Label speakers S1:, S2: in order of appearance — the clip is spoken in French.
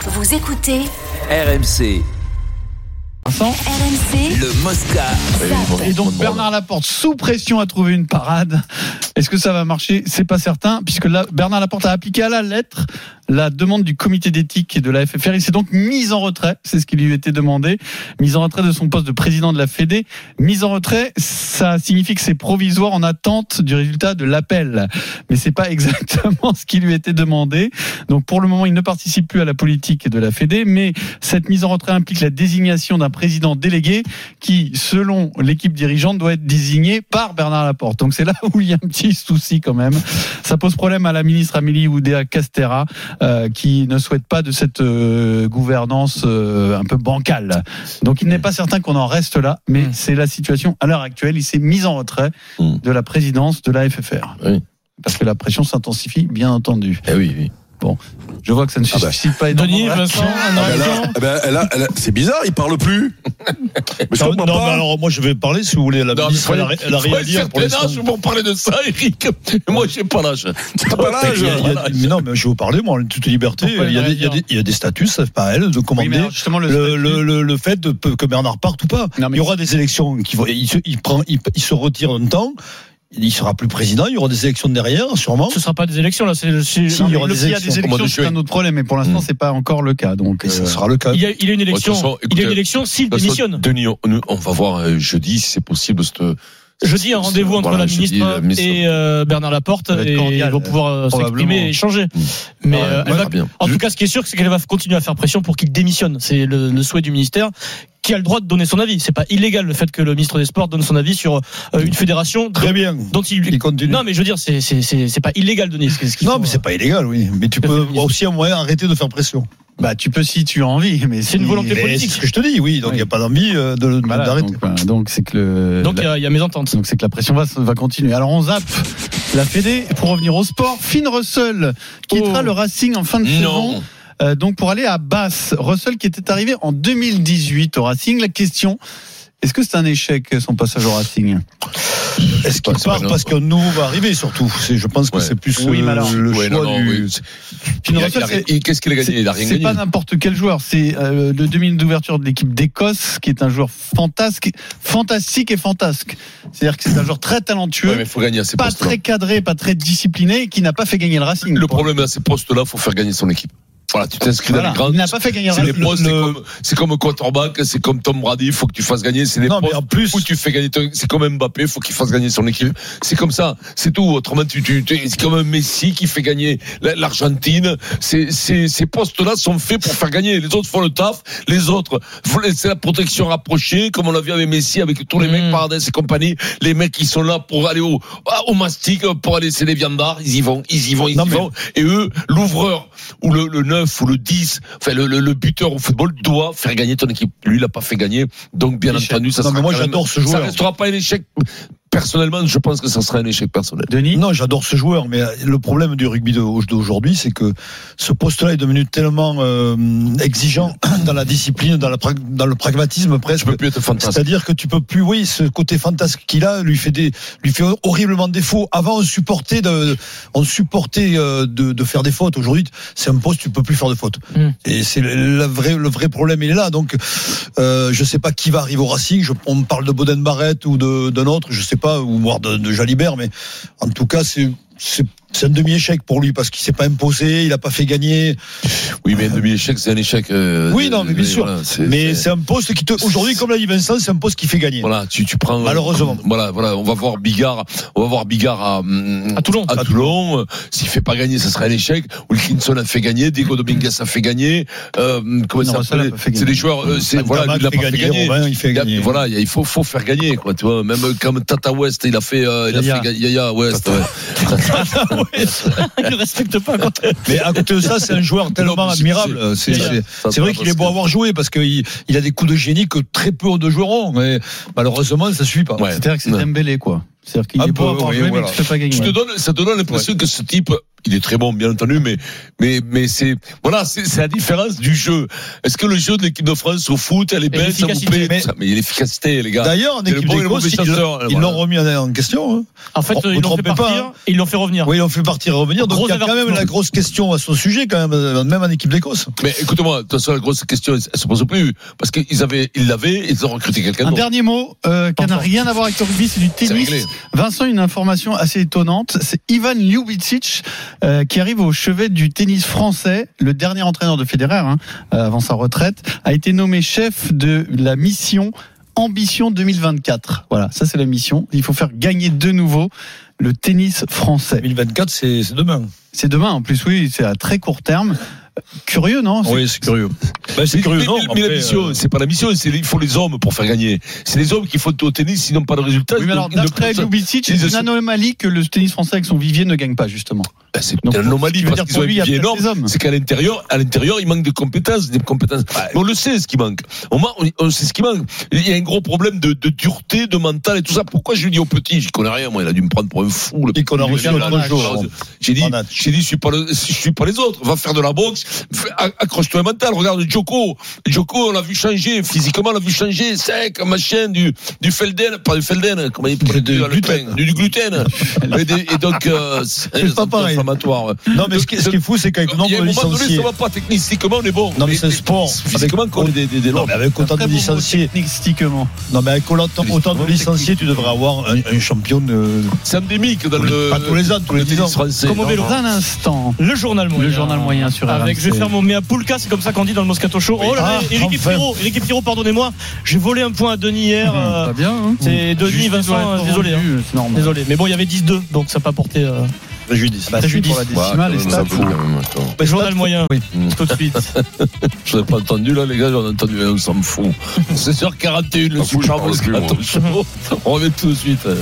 S1: Vous écoutez
S2: RMC,
S3: Vincent.
S1: RMC
S2: le Mosca.
S3: Et donc Bernard Laporte, sous pression, a trouvé une parade. Est-ce que ça va marcher C'est pas certain, puisque là, Bernard Laporte a appliqué à la lettre la demande du comité d'éthique et de la FFR. Il s'est donc mis en retrait, c'est ce qui lui était demandé. Mise en retrait de son poste de président de la Fédé. Mise en retrait, ça signifie que c'est provisoire en attente du résultat de l'appel. Mais c'est pas exactement ce qui lui était demandé. Donc pour le moment, il ne participe plus à la politique de la Fédé, mais cette mise en retrait implique la désignation d'un président délégué qui, selon l'équipe dirigeante, doit être désigné par Bernard Laporte. Donc c'est là où il y a un petit souci quand même. Ça pose problème à la ministre Amélie Oudéa Castera, euh, qui ne souhaite pas de cette euh, gouvernance euh, un peu bancale. Donc il n'est pas certain qu'on en reste là, mais
S4: Mmh.
S3: c'est la situation à l'heure actuelle. Il s'est mis en retrait
S4: Mm.
S3: de la présidence de la FFR.
S4: Oui.
S3: Parce que la pression s'intensifie, bien entendu.
S4: Eh oui, oui.
S3: Je vois que ça ne
S4: Ah bah.
S3: suscite pas énormément de réactions.
S4: Ah bah là, ah bah là, là, c'est bizarre, il parle plus. Mais je
S5: Non,
S4: comprends
S5: non,
S4: pas.
S5: mais alors moi je vais parler si vous voulez. La
S6: Non, mais
S5: ministre,
S6: faut-
S5: Ah elle a, ré- elle a
S6: faut
S5: rien à
S6: être
S5: dire pour
S6: certain
S5: l'instant.
S6: âge pour parler de ça, Eric. Moi, j'ai pas l'âge.
S4: T'as pas l'âge.
S5: Il y a- il y a- mais non, mais je vais vous parler, moi, en toute liberté.
S3: Pourquoi
S5: Il y, a
S3: elle a
S5: des,
S3: rien
S5: il y a
S3: à dire
S5: des- il y a des statuts, ça fait pas à elle de
S3: Oui, mais
S5: commander
S3: alors, justement, le,
S5: le, le, le, le fait de, pe- que Bernard parte ou pas.
S3: Non, mais-
S5: Il y aura des élections qui vont. Il se, il prend, il, il se retire un temps. Il sera plus président. Il y aura des élections derrière, sûrement.
S7: Ce sera pas des élections là, c'est le- c'est-
S5: Si, il y aura
S3: le
S5: des
S3: s'il y a
S5: élections.
S3: des
S6: Comment
S3: élections, c'est
S6: déchouer
S3: un autre problème, mais pour l'instant, c'est pas encore le cas. Donc,
S5: Et ça
S3: euh,
S5: sera le cas.
S7: il y a, il y a une élection.
S6: De toute façon,
S7: il y a
S6: écoutez,
S7: une élection
S6: De
S7: s'il
S6: toute façon,
S7: démissionne.
S6: Denis, on, nous, on va voir euh, jeudi si c'est possible. cette- euh,
S7: Jeudi, un
S6: c'est-
S7: rendez-vous entre
S6: voilà,
S7: la
S6: jeudi,
S7: ministre
S6: la ministre.
S7: et euh, Bernard Laporte.
S3: Ça va être
S7: Et
S3: cordial,
S7: ils vont pouvoir euh,
S3: probablement.
S7: s'exprimer et échanger. Mais
S6: Hmm. Ouais, on
S7: euh, elle va-
S6: verra bien.
S7: en tout cas, ce qui est sûr, c'est qu'elle va continuer à faire pression pour qu'il démissionne. C'est le, le souhait du ministère qui a le droit de donner son avis. C'est pas illégal le fait que le ministre des Sports donne son avis sur euh, une fédération dont-
S5: Très bien.
S7: dont il.
S5: Il continue.
S7: Non, mais je veux dire, c'est c'est- c'est- c'est pas illégal, Denis. ce qu'ils
S5: Non,
S7: font,
S5: mais
S7: euh.
S5: c'est pas illégal, oui. Mais tu
S7: Tout à
S5: peux
S7: fait.
S5: aussi, à un moyen, arrêter de faire pression.
S3: bah, tu peux si tu as envie, mais
S7: C'est une
S3: si-
S7: volonté
S5: Mais C'est
S7: politique.
S5: ce que je te dis, oui. Donc, il
S3: Oui.
S5: n'y a pas d'envie euh, de- de-
S3: Voilà,
S5: d'arrêter.
S3: donc, voilà, donc c'est que le.
S7: Donc
S3: la-
S7: il y a- il y a mes ententes.
S3: donc c'est que la pression va, va continuer. Alors on zappe la Fédé pour revenir au sport. Finn Russell quittera
S7: Oh.
S3: le Racing en fin de saison.
S6: Non.
S3: Euh, donc pour aller à Basse, Russell qui était arrivé en 2018 au Racing, la question est-ce que c'est un échec son passage au Racing
S5: Est-ce qu'il
S6: pas- c'est pas
S5: part
S6: grave.
S5: parce qu'un nouveau va arriver surtout C'est- Je pense que
S6: Ouais.
S5: c'est plus
S3: Oui,
S5: euh,
S3: mais alors-
S5: le
S6: Ouais,
S5: choix
S6: non, non,
S5: du.
S6: oui, c'est-
S3: Finn
S6: il a- il
S3: Russell,
S6: a-
S3: c'est-
S6: il- Qu'est-ce qu'il a gagné Il a rien
S3: c'est
S6: gagné.
S3: pas n'importe quel joueur, c'est euh, le demi d'ouverture de l'équipe d'Écosse qui est un joueur fantasque, fantastique et fantasque. C'est-à-dire que c'est un joueur très talentueux.
S6: Ouais, mais il faut gagner à ces
S3: pas
S6: postes-là.
S3: très cadré, pas très discipliné, qui n'a pas fait gagner le Racing.
S6: Le problème à ces postes-là, faut faire gagner son équipe. Voilà, tu t'inscris
S3: Voilà.
S6: dans
S3: il
S6: les
S3: n'a
S6: grandes.
S3: pas fait gagner le
S6: C'est des
S3: Racing.
S6: postes, c'est comme- c'est comme, quarterback, c'est comme Tom Brady, il faut que tu fasses gagner. C'est des
S5: Non, mais
S6: postes
S5: en plus,
S6: où tu fais gagner. ton- C'est comme Mbappé, il faut qu'il fasse gagner son équipe. C'est comme ça, c'est tout. Autrement, tu, tu, tu- c'est comme un Messi qui fait gagner la- l'Argentine. C'est- c'est- Ces postes-là sont faits pour faire gagner. Les autres font le taf. Les autres, faut- c'est la protection rapprochée, comme on l'a vu avec Messi, avec tous les
S7: Mm.
S6: mecs, Paradis et compagnie. Les mecs qui sont là pour aller au, ah, au mastic, pour aller c'est les viandards. Ils y vont, ils y vont, ils
S5: Non,
S6: y
S5: mais-
S6: vont. Et eux, l'ouvreur ou le, le 9 ou le 10, enfin le, le, le buteur au football doit faire gagner ton équipe. Lui, il l'a pas fait gagner. Donc, bien
S5: Échec.
S6: entendu, ça
S5: Non,
S6: sera
S5: mais moi,
S6: quand même-
S5: j'adore
S6: Ça
S5: ce joueur.
S6: restera pas un échec. Personnellement, je pense que ça sera un échec personnel.
S3: Denis
S5: Non, j'adore ce joueur, mais euh, le problème du rugby de- d'aujourd'hui, c'est que ce poste-là est devenu tellement euh, exigeant dans la discipline, dans, la, pra- dans le pragmatisme
S6: Je
S5: presque.
S6: peux plus être fantastique.
S5: C'est-à-dire que tu peux plus, oui, ce côté fantasque qu'il a lui fait des, lui fait horriblement défaut. Avant, on supportait de, on supportait euh, de, de faire des fautes. Aujourd'hui, c'est un poste, tu peux plus faire de fautes.
S7: Mm.
S5: Et c'est le, la vraie- le vrai problème, il est là. Donc, euh, je sais pas qui va arriver au Racing. Je, on me parle de Boden Barrett ou de- d'un autre, je sais pas, ou voire de, de Jalibert, mais en tout cas, c'est, c'est, c'est un demi-échec pour lui parce qu'il s'est pas imposé, il a pas fait gagner.
S6: Oui, mais un demi-échec, c'est un échec. euh,
S5: Oui,
S6: de-
S5: non, mais bien sûr.
S6: voilà, c'est-
S5: Mais
S6: c'est-
S5: c'est un poste qui te, aujourd'hui, comme l'a dit Vincent, c'est un poste qui fait gagner.
S6: Voilà, tu, tu prends.
S5: Malheureusement.
S6: Voilà, voilà, on va voir Bigard, on va voir Bigard à, hum,
S7: À Toulon.
S6: à Toulon. Euh, S'il fait pas gagner, ça sera un échec. Wilkinson a fait gagner, Diego Dominguez a fait gagner. Euh, comment
S3: Non,
S6: ça
S3: ça l'a
S6: s'appelle
S3: pas fait gagner.
S6: C'est des joueurs. euh, c'est- voilà,
S5: Tamac
S6: lui, il a
S5: fait
S6: pas fait
S5: gagner,
S6: gagner.
S5: Robin, il fait
S6: Il y a-
S5: gagner.
S6: Voilà, il y a- il faut, faut faire gagner, quoi, tu vois. Même comme Tata West, il a fait, euh, il a
S5: Yaya.
S6: fait gagner Yaya West. ouais.
S7: Il ne respecte pas. quoi.
S5: Mais à côté de ça, c'est un joueur
S6: Non,
S5: tellement
S6: mais c'est-
S5: admirable. C'est-
S6: Ça,
S5: C'est
S6: ça
S5: c'est vrai
S6: va,
S5: qu'il est
S6: parce
S5: beau à
S6: que-
S5: avoir joué parce qu'il il a des coups de génie que très peu de joueurs ont. Mais malheureusement, ça suffit pas.
S6: Ouais.
S3: C'est-à-dire que c'est
S6: Non.
S3: Dembélé, quoi. C'est-à-dire qu'il
S5: Un
S3: est beau
S5: peu,
S3: à avoir
S5: oui,
S3: joué, mais
S5: voilà.
S3: tu ne fais pas
S6: Tu te
S3: gagner.
S6: donnes, ça te donne l'impression que ce type, il est très bon, bien entendu, mais mais mais c'est voilà, c'est c'est la différence du jeu. Est-ce que le jeu de l'équipe de France au foot, elle est belle, ça vous
S7: l'efficacité,
S6: plaît,
S7: mais-
S6: tout ça mais il y a l'efficacité, les gars.
S5: D'ailleurs, en
S6: C'est le
S5: équipe
S6: bon et le
S5: d'Écosse,
S6: mauvais
S5: ils-
S6: chasseur,
S5: ils
S6: voilà.
S5: l'ont remis en, en question. hein.
S7: En fait,
S5: Vous
S7: ils l'ont fait
S5: trompez pas,
S7: partir
S5: hein.
S7: et ils l'ont fait revenir.
S5: Oui, ils l'ont fait partir et revenir. Donc
S7: Gros
S5: il y a quand même
S7: avertissement.
S5: la grosse question à son sujet, quand même, euh, même en équipe d'Écosse.
S6: Mais écoute-moi, de toute façon, la grosse question, elle, elle se pose plus parce qu'ils avaient, ils l'avaient, ils ont recruté quelqu'un
S3: Un
S6: d'autre.
S3: dernier mot euh, qui n'a rien à voir avec le rugby, c'est du tennis.
S6: réglé.
S3: Vincent, une information assez étonnante, c'est Ivan Ljubicic euh, qui arrive au chevet du tennis français, le dernier entraîneur de Federer hein, euh, avant sa retraite, a été nommé chef de la mission Ambition 2024. Voilà, ça c'est la mission. Il faut faire gagner de nouveau le tennis français.
S5: 2024, c'est demain.
S3: C'est demain en plus, oui, c'est à très court terme. Curieux, non
S5: Oui, c'est curieux. Bah, c'est
S6: Mais-
S5: curieux,
S6: mais-
S5: non
S6: mais la
S5: après,
S6: mission,
S5: euh,
S6: c'est pas la mission, c'est il faut les hommes pour faire gagner. C'est les hommes qui font au tennis, ils n'ont pas de résultat.
S3: Oui, mais alors d'après Ljubicic,
S6: ils
S3: c'est
S6: ne
S3: une
S6: sont-
S3: anomalie que le tennis français avec son vivier ne gagne pas justement.
S6: Ben, c'est
S3: Donc,
S6: une anomalie
S3: ce qui veut
S6: parce
S3: dire
S6: qu'ils
S3: pour
S6: ont un
S3: lui, il y a
S6: budget
S3: peut-être
S6: énorme.
S3: des hommes.
S6: C'est qu'à l'intérieur, à l'intérieur, il manque de compétences, des compétences. Mais on le sait ce qui manque. On, man- on- on sait ce qui manque. Il y a un gros problème de, de dureté, de mental et tout ça. Pourquoi je lui dis au petit, j'y connais rien, moi, il a dû me prendre pour un fou. Le
S5: Et qu'on a reçu
S6: le
S5: l'autre jour.
S6: J'ai dit,
S5: Panache.
S6: j'ai dit, je suis pas le- je suis pas les autres. Va faire de la boxe. Fais- a- Accroche-toi un mental. Regarde Joko. Joko, on l'a vu changer. Physiquement, on l'a vu changer. Sec, machin, du, du Felden. Pas du Felden. Comment il
S5: Du
S6: du,
S5: gluten.
S6: Du, du gluten. et, des- et donc, euh,
S5: C'est pas pareil.
S6: inflammatoire. ouais.
S5: Non, mais ce qui, ce qui est fou, c'est qu'avec le
S6: Il y
S5: nombre
S6: a
S5: de
S6: un moment donné,
S5: licenciés.
S6: ça va pas techniquement, on est bon.
S5: Non, mais
S6: Mais
S5: c'est un sport. Avec,
S6: Physiquement, qu'on est-
S5: des, des- des- non, mais avec autant de
S3: Très bon mot
S5: licenciés.
S3: techniquement.
S5: Non, mais avec autant, autant de licenciés, tu devrais avoir un, un champion de.
S6: c'est endémique dans
S5: Tous les-
S6: le.
S5: pas tous les ans, tous les
S6: le
S5: dix
S6: tennis
S5: ans.
S6: français.
S3: Comme au
S6: Non,
S3: vélo.
S6: non.
S3: Un instant.
S7: Le journal moyen.
S3: journal moyen sur
S7: Avec,
S3: RMC.
S7: je vais faire mon mea pulca, c'est comme ça qu'on dit dans le Moscato Show. Oh là là,
S5: Ah,
S7: Eric
S5: enfin.
S7: Pirot, Eric Pirot, pardonnez-moi, j'ai volé un point à Denis hier. euh,
S3: Pas bien, hein
S7: c'est Denis,
S3: Juste, il
S7: Vincent,
S3: doit être
S7: euh, désolé. hein.
S3: rendu, c'est normal.
S7: Désolé, mais bon, il y avait 10-2, donc ça n'a pas porté. euh,
S5: Préjudice.
S3: Bah, c'est pour la
S4: Ouais, quand
S3: décimale, et
S4: même,
S3: ça,
S4: ça vaut quand même, attends.
S5: Bah,
S7: journal
S5: c'est-
S7: moyen,
S5: Oui.
S7: tout de suite.
S6: Je l'ai pas entendu là, les gars, j'en ai entendu, mais on s'en fout. 16h41, le
S4: T'en fous, je
S6: sous-chambre,
S4: parle plus, moi.
S6: attention. On revient tout de suite.